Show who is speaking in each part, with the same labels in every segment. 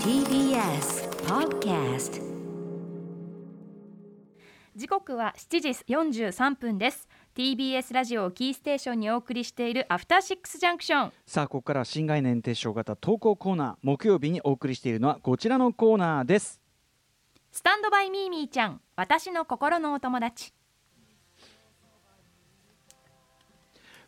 Speaker 1: TBS Podcast
Speaker 2: 時刻は7時43分です TBS ラジオをキーステーションにお送りしているアフターシックスジャンクション
Speaker 3: さあここからは新概念提唱型投稿コーナー木曜日にお送りしているのはこちらのコーナーです
Speaker 2: スタンドバイミーミーちゃん私の心のお友達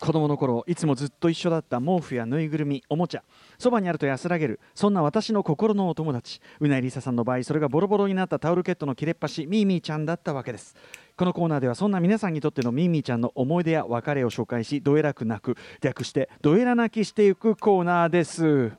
Speaker 3: 子供の頃いつもずっと一緒だった毛布やぬいぐるみおもちゃそばにあると安らげるそんな私の心のお友達うなえりささんの場合それがボロボロになったタオルケットの切れっ端ミーミーちゃんだったわけですこのコーナーではそんな皆さんにとってのミーミーちゃんの思い出や別れを紹介しどえらく泣く略してどえら泣きしていくコーナーです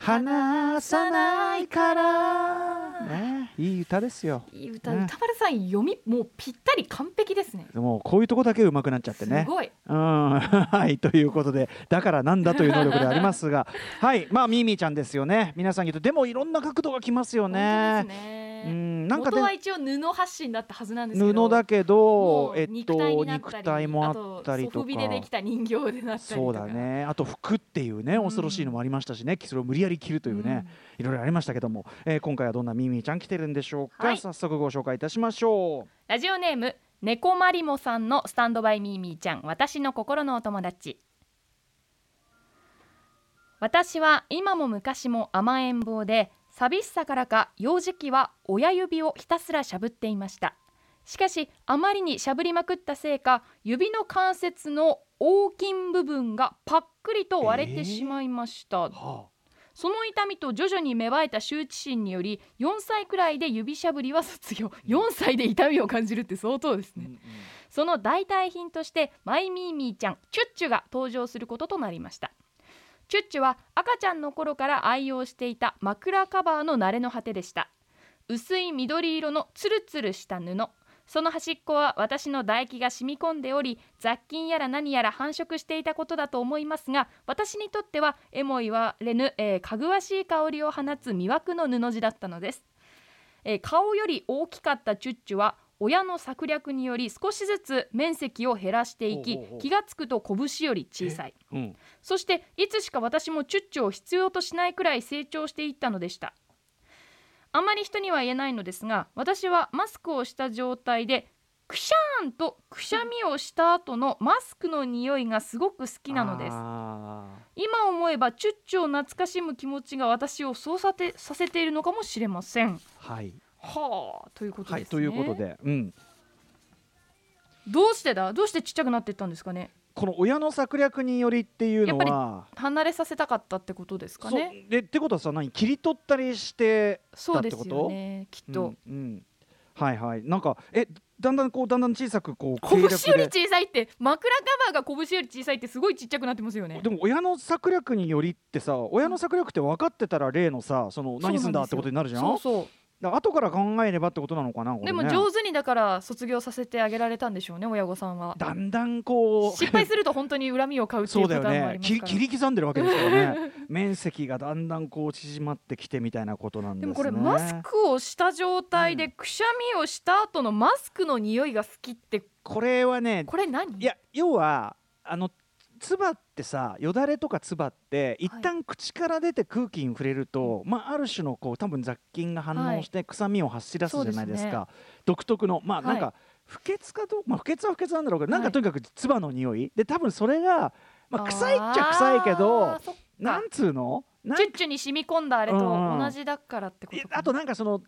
Speaker 3: 話さないから、ね、いい歌ですよ
Speaker 4: いい歌、
Speaker 3: ね
Speaker 4: 歌丸さん読みもうぴったり完璧ですね。
Speaker 3: もうこういうとこだけ上手くなっちゃってね
Speaker 4: す。ごい。
Speaker 3: うん はいということでだからなんだという能力であります がはいまあミーミーちゃんですよね皆さんにとってでもいろんな角度がきますよね
Speaker 4: 本当です
Speaker 3: う
Speaker 4: ね。
Speaker 3: んなんか
Speaker 4: 元は
Speaker 3: ね
Speaker 4: 一応布発信だったはずなんですけど。
Speaker 3: 布だ
Speaker 4: け
Speaker 3: けどえっ
Speaker 4: 肉体
Speaker 3: と
Speaker 4: になったり
Speaker 3: 肉体もあったり
Speaker 4: あとソ
Speaker 3: と
Speaker 4: フビでで
Speaker 3: か
Speaker 4: きた人形でなったりとか。
Speaker 3: そうだねあと服っていうね恐ろしいのもありましたしねそれを無理やり着ると
Speaker 4: う
Speaker 3: い
Speaker 4: ん。
Speaker 3: うねいろいろありましたけどもえー今回はどんなミーミーちゃん来てるんでしょう
Speaker 2: は
Speaker 3: か
Speaker 2: い
Speaker 3: 早速ご紹介いたしましょう
Speaker 2: ラジオネーム猫マリモさんのスタンドバイミーミーちゃん私の心のお友達私は今も昔も甘えん坊で寂しさからか幼児期は親指をひたすらしゃぶっていましたしかしあまりにしゃぶりまくったせいか指の関節の横筋部分がパックリと割れてしまいました、
Speaker 3: は
Speaker 2: その痛みと徐々に芽生えた羞恥心により4歳くらいで指しゃぶりは卒業4歳で痛みを感じるって相当です
Speaker 3: あ
Speaker 2: ね、その代替品としてマイミーミーちゃんチュッチュが登場することとなりましたチュッチュは赤ちゃんの頃から愛用していた枕カバーの慣れの果てでした薄い緑色のツルツルした布その端っこは私の唾液が染み込んでおり雑菌やら何やら繁殖していたことだと思いますが私にとってはえも言われぬ、えーかぐわしい香りを放つ魅惑の布地だったのです、えー顔より大きかったチュッチュは親の策略により少しずつ面積を減らしていき
Speaker 3: おうおうおう
Speaker 2: 気がつくと拳より小さい
Speaker 3: うんうん
Speaker 2: そしていつしか私もチュッチュを必要としないくらい成長していったのでしたあまり人には言えないのですが私はマスクをした状態でくしゃーんとくしゃみをした後のマスクの匂いがすごく好きなのです
Speaker 3: あー
Speaker 2: 今思えばチュッチュを懐かしむ気持ちが私をそうさてさせているのかもしれません
Speaker 3: はい
Speaker 2: はあということですね、
Speaker 3: はいということでうん
Speaker 2: どうしてだどうしてちっちゃくなっていったんですかね
Speaker 3: この親の策略によりっていうのは
Speaker 2: 離れさせたかったってことですかね
Speaker 3: そうでってことはさ何切り取ったりして
Speaker 2: そう
Speaker 3: だ
Speaker 2: で
Speaker 3: ってこ
Speaker 2: す
Speaker 3: と
Speaker 2: よねきっと、
Speaker 3: うんうんはいはいなんかえだんだんこうだんだん小さくこう
Speaker 2: 拳よ
Speaker 3: 計略
Speaker 2: り
Speaker 3: で
Speaker 2: 小さいって枕カバーが拳より小さいってすごいちっちゃくなってますよね
Speaker 3: でも親の策略によりってさ親の策略って分かってたら例のさその何すんだってことになるじゃん
Speaker 2: そうそ
Speaker 3: だから後から考えればってことなのかなこ
Speaker 2: う
Speaker 3: れ
Speaker 2: で
Speaker 3: ね
Speaker 2: も上手にだから卒業させてあげられたんでしょうね親御さんは
Speaker 3: だんだんこう
Speaker 2: 失敗すると本当に恨みを買うってい
Speaker 3: そううだ
Speaker 2: パ
Speaker 3: よ
Speaker 2: ターンもあり
Speaker 3: ね
Speaker 2: ます
Speaker 3: 切
Speaker 2: か
Speaker 3: り
Speaker 2: ら
Speaker 3: 切り刻んでるわけですからね面積がだんだんこう縮まってきてみたいなことなん
Speaker 2: で
Speaker 3: ですね
Speaker 2: もこれマスクをした状態でくしゃみをした後のマスクの匂いが好きって
Speaker 3: これはね
Speaker 2: これ何
Speaker 3: いや要はあの唾ってさよだれとか唾って一旦口から出て空気に触れると、まあ、ある種のこう多分雑菌が反応して臭みを発し出すじゃないです
Speaker 2: そうです
Speaker 3: か、独特のまあ
Speaker 2: はい
Speaker 3: なんか不潔かどうまあ不潔は不潔なんだろうけど、なん
Speaker 2: は
Speaker 3: か
Speaker 2: い
Speaker 3: とにかく唾の匂いで多分それが、まあ、臭いっちゃ臭いけ
Speaker 2: あ
Speaker 3: ど
Speaker 2: ーそっか
Speaker 3: なんつうのなん
Speaker 2: チュッチュに染み込んだあれと
Speaker 3: うんうん
Speaker 2: 同じだからってことかな
Speaker 3: あとなんかその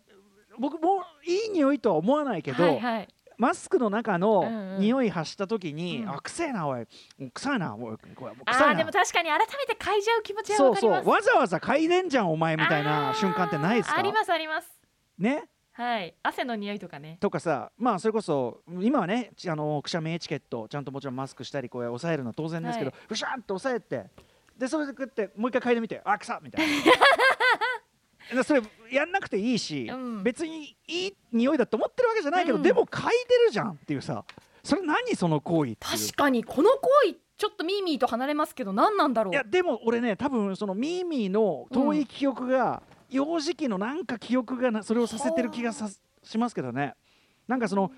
Speaker 3: 僕もいい匂いとは思わないけど、
Speaker 2: はいはい
Speaker 3: マスクの中
Speaker 2: うんう
Speaker 3: の
Speaker 2: ん
Speaker 3: 匂い発した時に、
Speaker 2: うん
Speaker 3: あ臭いなおい臭いなおいこれもう
Speaker 2: あ
Speaker 3: 臭い
Speaker 2: ー
Speaker 3: な
Speaker 2: でも確かに改めて嗅いじゃう気持ちは
Speaker 3: そ
Speaker 2: わ
Speaker 3: う
Speaker 2: かり
Speaker 3: そ
Speaker 2: ます
Speaker 3: うわざわざ嗅いでんじゃんお前みたい
Speaker 2: あ
Speaker 3: な
Speaker 2: ー
Speaker 3: 瞬間ってないですか
Speaker 2: ありますあります
Speaker 3: ね
Speaker 2: はい汗の匂いとかね
Speaker 3: とかさまあそれこそ今はねちあのくしゃみエチケットちゃんともちろんマスクしたりこう抑えるのは当然ですけど、
Speaker 2: は
Speaker 3: ブシャーンと抑えてでそれで食ってもう一回嗅いでみてあ臭っみたい なでそれやんなくていいし、
Speaker 2: うん
Speaker 3: 別にいい匂いだと思ってるわけじゃないけど、
Speaker 2: うん
Speaker 3: でも嗅いでるじゃんっていうさそれ何その行為っていう
Speaker 2: 確かにこの行為ちょっとミーミーと離れますけど何なんだろう
Speaker 3: いやでも俺ね多分そのミーミーの遠い記憶が、幼児期のなんか記憶がなそれをさせてる気がさしますけどねなんかその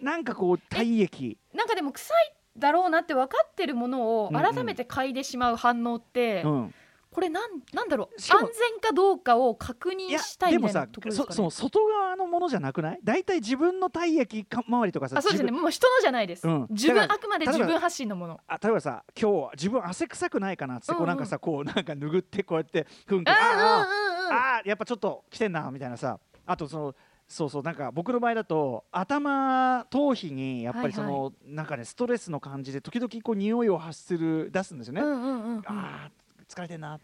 Speaker 3: なんかこう体液
Speaker 2: なんかでも臭いだろうなって分かってるものを
Speaker 3: うんうん
Speaker 2: 改めて嗅いでしまう反応って、
Speaker 3: うん
Speaker 2: これなんなんだろう
Speaker 3: しか
Speaker 2: 安
Speaker 3: も
Speaker 2: 全かどうかを確
Speaker 3: い
Speaker 2: 認
Speaker 3: や
Speaker 2: したい
Speaker 3: で
Speaker 2: み
Speaker 3: も
Speaker 2: たいな
Speaker 3: さ
Speaker 2: ところです
Speaker 3: そ
Speaker 2: か
Speaker 3: そ
Speaker 2: ね
Speaker 3: の外側のものじゃなくない大体自分の体液か周りとかさ
Speaker 2: あそうですね
Speaker 3: 自分
Speaker 2: もう人のじゃないです、
Speaker 3: うん
Speaker 2: 自分
Speaker 3: だから
Speaker 2: あくまで
Speaker 3: 例えば
Speaker 2: 自分発信のもの
Speaker 3: あ例えばさ今日は自分汗臭くないかなっつって、こ
Speaker 2: う
Speaker 3: う
Speaker 2: う
Speaker 3: んなんんかさこうなんか拭ってこうやってふん
Speaker 2: う
Speaker 3: かああ
Speaker 2: んうんうんうん
Speaker 3: あーやっぱちょっと来てんなみたいなさあとそのそうそうなんか僕の場合だと頭頭皮にやっぱりその、なんかねストレスの感じで時々こう匂いを発する出すんですよね、
Speaker 2: うん
Speaker 3: あ
Speaker 2: うんうんうん
Speaker 3: あー疲れてんな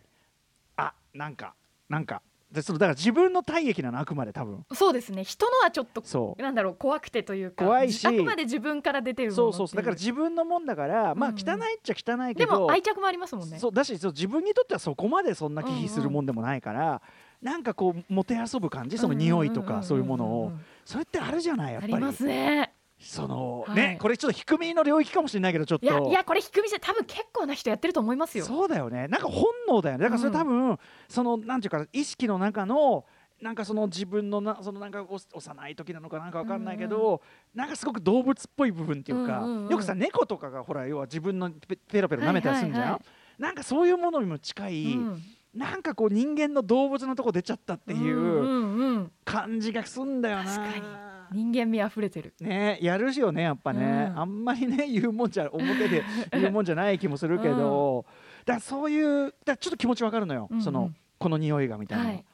Speaker 3: あなんかなんかでそのだから自分の体液なのあくまで多分
Speaker 2: そうですね人のはちょっと
Speaker 3: そう
Speaker 2: なんだろう怖くてというか
Speaker 3: 怖いし
Speaker 2: あくまで自分から出てるもの
Speaker 3: そうそうそうだから
Speaker 2: ってい
Speaker 3: 自分のもんだからまあ
Speaker 2: うんうん
Speaker 3: 汚いっちゃ汚いう
Speaker 2: で
Speaker 3: けど、
Speaker 2: も愛着もありますもんね
Speaker 3: そうだしそう自分にとってはそこまでそんな忌避するもんでもないから、なんかこうもてあそぶ感じその匂いとかそういうもの
Speaker 2: んん
Speaker 3: を
Speaker 2: んうん
Speaker 3: それってあるじゃないや
Speaker 2: あ
Speaker 3: っぱ
Speaker 2: り
Speaker 3: り
Speaker 2: ますね
Speaker 3: その、
Speaker 2: はい
Speaker 3: ねこれちょっと低めの領域かもしれないけどちょっと
Speaker 2: いやいやこれ低みじゃ多分結構な人やってると思いますよ
Speaker 3: そうだよねなんか本能だよねだからそれ多分、そのなんていうか意識の中のなんかその自分のなそのなんかお幼い時なのかなんかわかんないけど、なんかすごく動物っぽい部分っていうか、
Speaker 2: うんうんうん
Speaker 3: よくさ猫とかがほら要は自分のペペロペロ舐めたりするじゃん、
Speaker 2: はいはいは
Speaker 3: なんかそういうものにも近い、
Speaker 2: うん
Speaker 3: なんかこう人間の動物のとこ出ちゃったってい
Speaker 2: ん
Speaker 3: ううん
Speaker 2: うん
Speaker 3: 感じがすんだよな。
Speaker 2: 確か人間味あふれてる
Speaker 3: ね、やるしよねやっぱね、
Speaker 2: うん
Speaker 3: あんまりね 言うもんじゃ表で言うもんじゃない気もするけど、だからそういうだからちょっと気持ちわかるのよ、
Speaker 2: うんうん
Speaker 3: そのこの匂いがみたいな、
Speaker 2: はい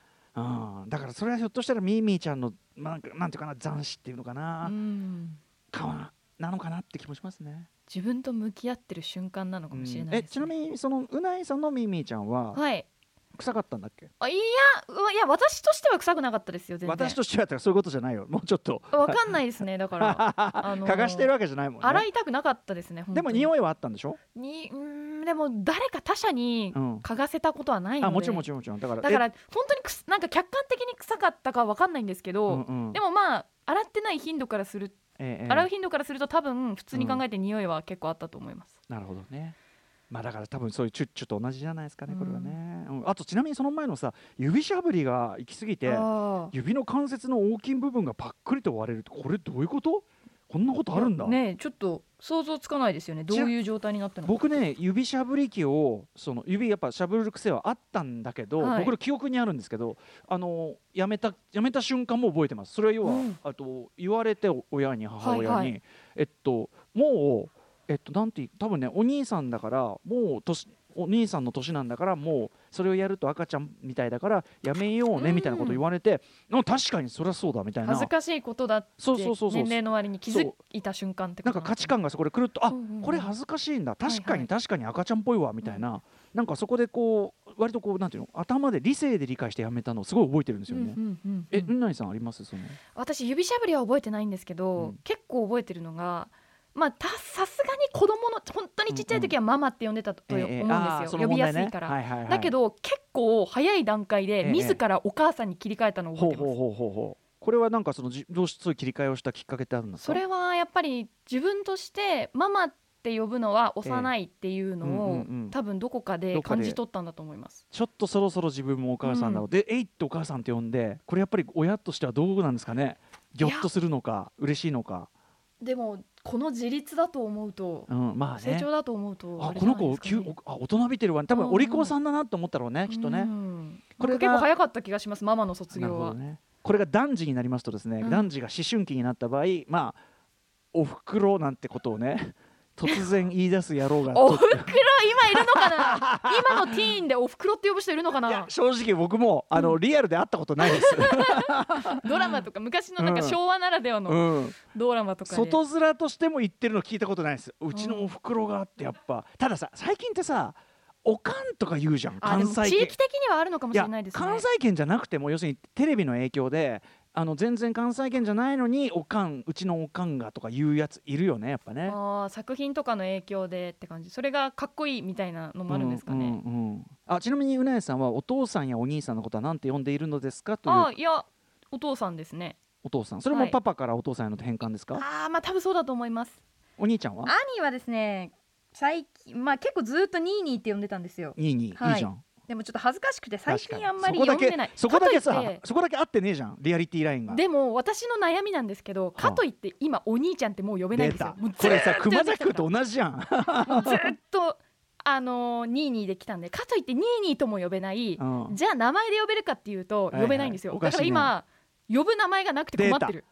Speaker 3: うん、だからそれはひょっとしたらミーミーちゃんの、まあ、なんかなんていうかな斬死っていうのかな、
Speaker 2: うん
Speaker 3: 顔ななのかなって気もしますね。
Speaker 2: 自分と向き合ってる瞬間なのかもしれない
Speaker 3: え
Speaker 2: です
Speaker 3: ち
Speaker 2: ね
Speaker 3: なみにそのうないさんのミーミーちゃんは
Speaker 2: はい
Speaker 3: 臭かったんだっけ、
Speaker 2: あいやうわいや私としては臭くなかったですよ全然
Speaker 3: 私としてはだからそういうことじゃないよもうちょっと
Speaker 2: わかんないですねだか らあのー
Speaker 3: 嗅がしてるわけじゃないもん
Speaker 2: 洗
Speaker 3: ね。
Speaker 2: いたくなかったですね
Speaker 3: でも
Speaker 2: い
Speaker 3: 匂いはあったんでしょ、
Speaker 2: にうーんでも誰か他者に
Speaker 3: うん、
Speaker 2: 嗅がせたことはないので
Speaker 3: あもちろんもちろんもちろんだから
Speaker 2: だから本当にくすなんか客観的に臭かったかわかんないんですけ
Speaker 3: え
Speaker 2: ど、
Speaker 3: うんうん
Speaker 2: でもまあ洗ってない頻度からする、
Speaker 3: ええええ
Speaker 2: 洗う頻度からすると多分普通に考えて匂いは結構あったと思います、
Speaker 3: なるほどね。まあだから多分そういうチュッチュと同じじゃないですかね、
Speaker 2: うん
Speaker 3: これはね、うんあとちなみにその前のさ指しゃぶりが行き過ぎて
Speaker 2: あ
Speaker 3: 指の関節の大きい部分がパックリと割れるってこれどういうことこんなこと
Speaker 2: あ
Speaker 3: あるんだ、
Speaker 2: ねえちょっと想像つかないですよねどういう状態になったのか
Speaker 3: 僕ね指しゃぶり器をその指やっぱしゃぶる癖はあったんだけど、
Speaker 2: はい
Speaker 3: 僕の記憶にあるんですけどあのやめたやめた瞬間も覚えてますそれは要は、
Speaker 2: うん
Speaker 3: あと言われて親に母親に、
Speaker 2: はいはい
Speaker 3: えっともうえっとなんていう多分ねお兄さんだからもう年お兄さんの年なんだからもうそれをやると赤ちゃんみたいだからやめよう
Speaker 2: う
Speaker 3: ね
Speaker 2: ん
Speaker 3: みたいなこと言われて、あ確かにそりゃそうだみたいな
Speaker 2: 恥ずかしいことだって
Speaker 3: そうそうそうそう
Speaker 2: 年齢の割に気づいた瞬間って
Speaker 3: な
Speaker 2: こ
Speaker 3: ん
Speaker 2: と
Speaker 3: か価値観がそこでくるっとあ、
Speaker 2: うんうんうん
Speaker 3: これ恥ずかしいんだ確か
Speaker 2: はいは
Speaker 3: に
Speaker 2: い
Speaker 3: 確かに赤ちゃんっぽいわみたいな、なんかそこでこう割とこうなんていうの頭で理性で理解してやめたのすごい覚えてるんですよね。
Speaker 2: うんうんうんうん
Speaker 3: え、うなにさんありますその
Speaker 2: 私指しゃぶりは覚えてないんですけど、
Speaker 3: うん
Speaker 2: 結構覚えてるのがまあたさすがに子供の本当にちっちゃい時はママって呼んでたと思うんですよ、
Speaker 3: あーその
Speaker 2: 呼び
Speaker 3: 問
Speaker 2: や
Speaker 3: 題
Speaker 2: す
Speaker 3: ね
Speaker 2: いから、
Speaker 3: はいはいはい
Speaker 2: だけど結構早い段階で
Speaker 3: ええ
Speaker 2: 自らお母さんに切り替えたのを覚え
Speaker 3: ほう
Speaker 2: てます、
Speaker 3: ほうほうほうほうこれはなんかそのじどうしそういう切り替えをしたきっかけってあるんですか
Speaker 2: それはやっぱり自分としてママって呼ぶのは幼いっていうのを、
Speaker 3: ええうんうんうん
Speaker 2: 多分どこかで
Speaker 3: どっかで
Speaker 2: 感じ取ったんだと思います
Speaker 3: ちょっとそろそろ自分もお母さんだろう、
Speaker 2: うん
Speaker 3: で「えい!」ってお母さんって呼んでこれやっぱり親としてはどうなんですかねぎょっとするのか嬉しいのか、
Speaker 2: でもこの自立だと思うと、
Speaker 3: うん、まあ
Speaker 2: 成
Speaker 3: ね
Speaker 2: 長だと思うと
Speaker 3: あ
Speaker 2: れ
Speaker 3: こ
Speaker 2: じゃ
Speaker 3: の
Speaker 2: ないで
Speaker 3: 子
Speaker 2: すかね
Speaker 3: 急あ大人びてるわ、ね、多
Speaker 2: うん
Speaker 3: 分
Speaker 2: うん
Speaker 3: お利口さんだなと思ったろうね、きっとね。
Speaker 2: うん
Speaker 3: これが
Speaker 2: 結構早かった気がしますママの卒
Speaker 3: なる
Speaker 2: 業
Speaker 3: ほ
Speaker 2: は
Speaker 3: ど、ね、これが男児になりますとですね、
Speaker 2: うん
Speaker 3: 男児が思春期になった場合まあおふくろなんてこと をね突然言い出す野郎が
Speaker 2: おふくろ今いるのか な今のティーンでおふくろって呼ぶ人いるのか
Speaker 3: いや
Speaker 2: な
Speaker 3: 正直僕もあの、リアルで会ったことな いです、
Speaker 2: ドラマとか昔のなんか
Speaker 3: うん
Speaker 2: 昭和ならでは
Speaker 3: う
Speaker 2: の
Speaker 3: ん、
Speaker 2: ドラマとかで、
Speaker 3: 外面としても言ってるの聞いたことないですうちのおふくろがあってやっぱたださ最近ってさおかんとか言うじゃん
Speaker 2: あで
Speaker 3: 関
Speaker 2: も地
Speaker 3: 西圏
Speaker 2: 域的にはあるのかもしれないですね
Speaker 3: 関西圏じゃなくても要するにテレビの影響であの全然関西圏じゃないのにおかんうちのおかんがとか言うやついるよねやっぱね。
Speaker 2: あー作品とかの影響でって感じそれがかっこいいみたいなのもあるんですかね、
Speaker 3: うんうんうんあちなみにうなえさんはお父さんやお兄さんのことは何て呼んでいるのですかとい
Speaker 2: ああ
Speaker 3: う
Speaker 2: ーいやお父さんですね
Speaker 3: お父さんそれ
Speaker 2: は
Speaker 3: も
Speaker 2: い
Speaker 3: パパからお父さんへの変換ですか、
Speaker 2: ああまあ多分そうだと思います
Speaker 3: お兄ちゃんは
Speaker 1: 兄はですね最近まあ結構ずっとニーニーって呼んでたんですよ
Speaker 3: にいに、
Speaker 1: はい
Speaker 3: い、いじゃん
Speaker 1: でもちょっと恥ずかしくて最
Speaker 3: 確
Speaker 1: 近
Speaker 3: か
Speaker 1: あんまり
Speaker 3: そこ
Speaker 1: 呼
Speaker 3: だ
Speaker 1: ん
Speaker 3: け
Speaker 1: で
Speaker 2: でない
Speaker 3: そこだけ
Speaker 2: かといっ
Speaker 3: さ
Speaker 2: て
Speaker 3: そこだけ合ってねえじゃんリアリティラインが
Speaker 2: でも私の悩みなんですけどかといって今お兄ちゃんってもう呼べないん
Speaker 3: 出
Speaker 2: ですよ
Speaker 3: た
Speaker 2: もう
Speaker 3: これさ
Speaker 2: ずーっと呼
Speaker 3: 熊
Speaker 2: んでき
Speaker 3: 崎
Speaker 2: た
Speaker 3: 君
Speaker 2: か
Speaker 3: と同じじゃん
Speaker 2: らもうずーっとあのー、22で来たんでかといって22とも呼べない
Speaker 3: うん
Speaker 2: じゃあ名前で呼べるかっていうと
Speaker 3: はいはい
Speaker 2: 呼べないんですよ、
Speaker 3: おかしいね
Speaker 2: だから今呼ぶ名前がなくて困ってる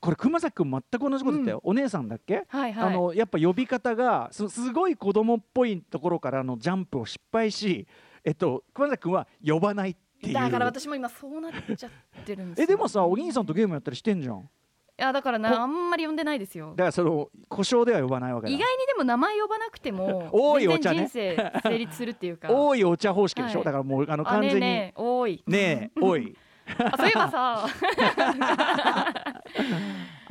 Speaker 3: これ熊崎君全く同じこと言ったよ、お姉さんだっけ
Speaker 2: はい
Speaker 3: あ
Speaker 2: はい
Speaker 3: のやっぱ呼び方がすすごい子供っぽいところからのジャンプを失敗し、えっと、熊崎君は呼ばないっていう
Speaker 2: だから私も今そうなっちゃってるんです
Speaker 3: え
Speaker 2: よ
Speaker 3: でもさおぎんさんとゲームやったりしてんじゃん
Speaker 2: いやだから
Speaker 3: こ
Speaker 2: なあんまり呼んでないですよ
Speaker 3: だからその故障では呼ばないわけだ
Speaker 2: 意外にでも名前呼ばなくても
Speaker 3: 多いお
Speaker 2: 全
Speaker 3: 茶
Speaker 2: 然
Speaker 3: ね
Speaker 2: 人生成立するっていうか
Speaker 3: 多いお茶方式でしょ、
Speaker 2: はい
Speaker 3: だからもうあの
Speaker 2: あ
Speaker 3: 完
Speaker 2: ね
Speaker 3: 全
Speaker 2: え
Speaker 3: に
Speaker 2: ねえ
Speaker 3: ね
Speaker 2: 多い
Speaker 3: え おい
Speaker 2: あそういえばさ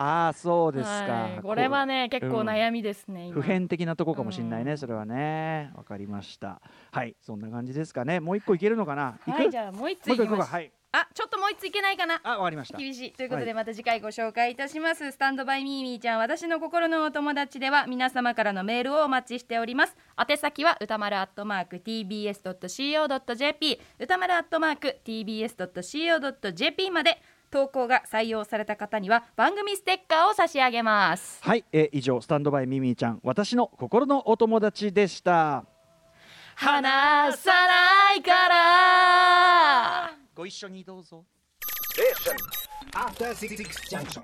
Speaker 3: ああそうですか、
Speaker 2: はいこれはね結構悩みですね、今
Speaker 3: 普遍的なとこかもしれないね、
Speaker 2: うん
Speaker 3: それはねわかりましたはいそんな感じですかねもう一個いけるのかな、、
Speaker 2: はいい
Speaker 3: く
Speaker 2: じゃあもう一つ
Speaker 3: も
Speaker 2: い
Speaker 3: う
Speaker 2: き
Speaker 3: 一個いこ
Speaker 2: ま
Speaker 3: うか
Speaker 2: す
Speaker 3: はい
Speaker 1: あちょっともう一ついけないかな
Speaker 3: あわかりました
Speaker 1: 厳しいということ
Speaker 3: は
Speaker 1: でまた次回ご紹介いたします、スタンドバイミーミーちゃん私の心のお友達では皆様からのメールをお待ちしております宛先は歌丸アットマーク tbs.co.jp 歌丸アットマーク tbs.co.jp まで投稿が採用された方には番組ステッカーを差し上げます
Speaker 3: はい、えー以上スタンドバイミミィちゃん私の心のお友達でした
Speaker 2: 話さないから
Speaker 3: ご一緒にどうぞ
Speaker 5: After Six Junction.